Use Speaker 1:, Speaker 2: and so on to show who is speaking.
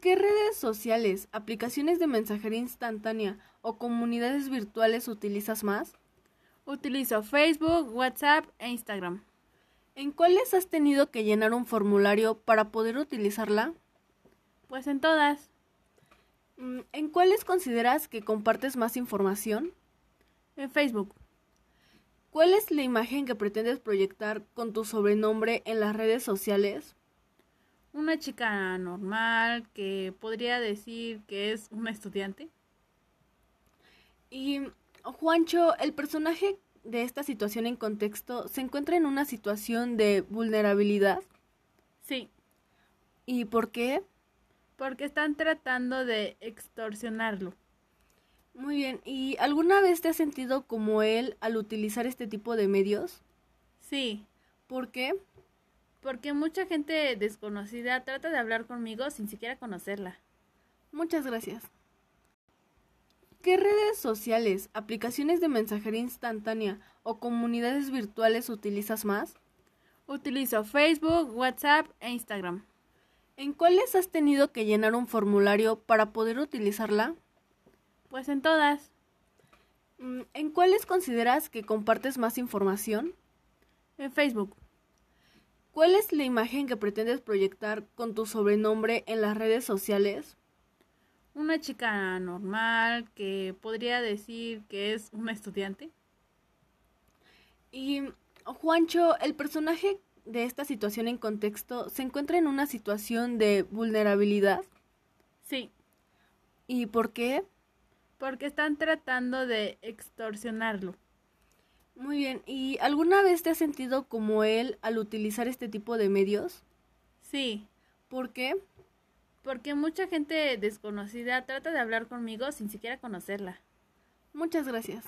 Speaker 1: ¿Qué redes sociales, aplicaciones de mensajería instantánea o comunidades virtuales utilizas más?
Speaker 2: Utilizo Facebook, WhatsApp e Instagram.
Speaker 1: ¿En cuáles has tenido que llenar un formulario para poder utilizarla?
Speaker 2: Pues en todas.
Speaker 1: Mm, ¿En cuáles consideras que compartes más información?
Speaker 2: En Facebook.
Speaker 1: ¿Cuál es la imagen que pretendes proyectar con tu sobrenombre en las redes sociales?
Speaker 2: Una chica normal que podría decir que es una estudiante.
Speaker 1: Y Juancho, el personaje de esta situación en contexto se encuentra en una situación de vulnerabilidad.
Speaker 2: Sí,
Speaker 1: ¿Y por qué?
Speaker 2: porque están tratando de extorsionarlo.
Speaker 1: Muy bien. ¿Y alguna vez te has sentido como él al utilizar este tipo de medios?
Speaker 2: Sí,
Speaker 1: ¿Por qué?
Speaker 2: porque mucha gente desconocida trata de hablar conmigo sin siquiera conocerla.
Speaker 1: Muchas gracias. ¿Qué redes sociales, aplicaciones de mensajería instantánea o comunidades virtuales utilizas más?
Speaker 2: Utilizo Facebook, WhatsApp e Instagram.
Speaker 1: ¿En cuáles has tenido que llenar un formulario para poder utilizarla?
Speaker 2: Pues en todas.
Speaker 1: Mm, ¿En cuáles consideras que compartes más información?
Speaker 2: En Facebook.
Speaker 1: ¿Cuál es la imagen que pretendes proyectar con tu sobrenombre en las redes sociales?
Speaker 2: Una chica normal que podría decir que es una estudiante.
Speaker 1: Y Juancho, el personaje de esta situación en contexto se encuentra en una situación de vulnerabilidad.
Speaker 2: Sí,
Speaker 1: ¿Y por qué?
Speaker 2: porque están tratando de extorsionarlo.
Speaker 1: Muy bien. ¿Y alguna vez te has sentido como él al utilizar este tipo de medios?
Speaker 2: Sí,
Speaker 1: ¿Por qué?
Speaker 2: porque mucha gente desconocida trata de hablar conmigo sin siquiera conocerla.
Speaker 1: Muchas gracias.